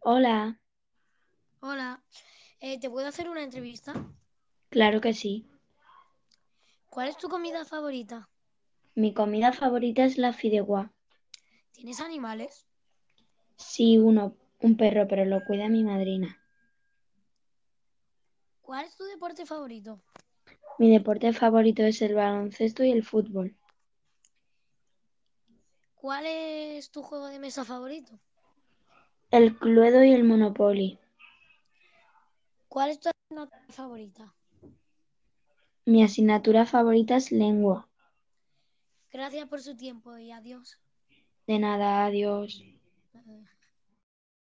Hola, Hola, eh, ¿te puedo hacer una entrevista? claro que sí. ¿Cuál es tu comida favorita? Mi comida favorita es la fideuá. ¿Tienes animales? Sí, uno, un perro, pero lo cuida mi madrina. ¿Cuál es tu deporte favorito? Mi deporte favorito es el baloncesto y el fútbol. ¿Cuál es tu juego de mesa favorito? El Cluedo y el Monopoly. ¿Cuál es tu asignatura favorita? Mi asignatura favorita es lengua. Gracias por su tiempo y adiós. De nada, adiós.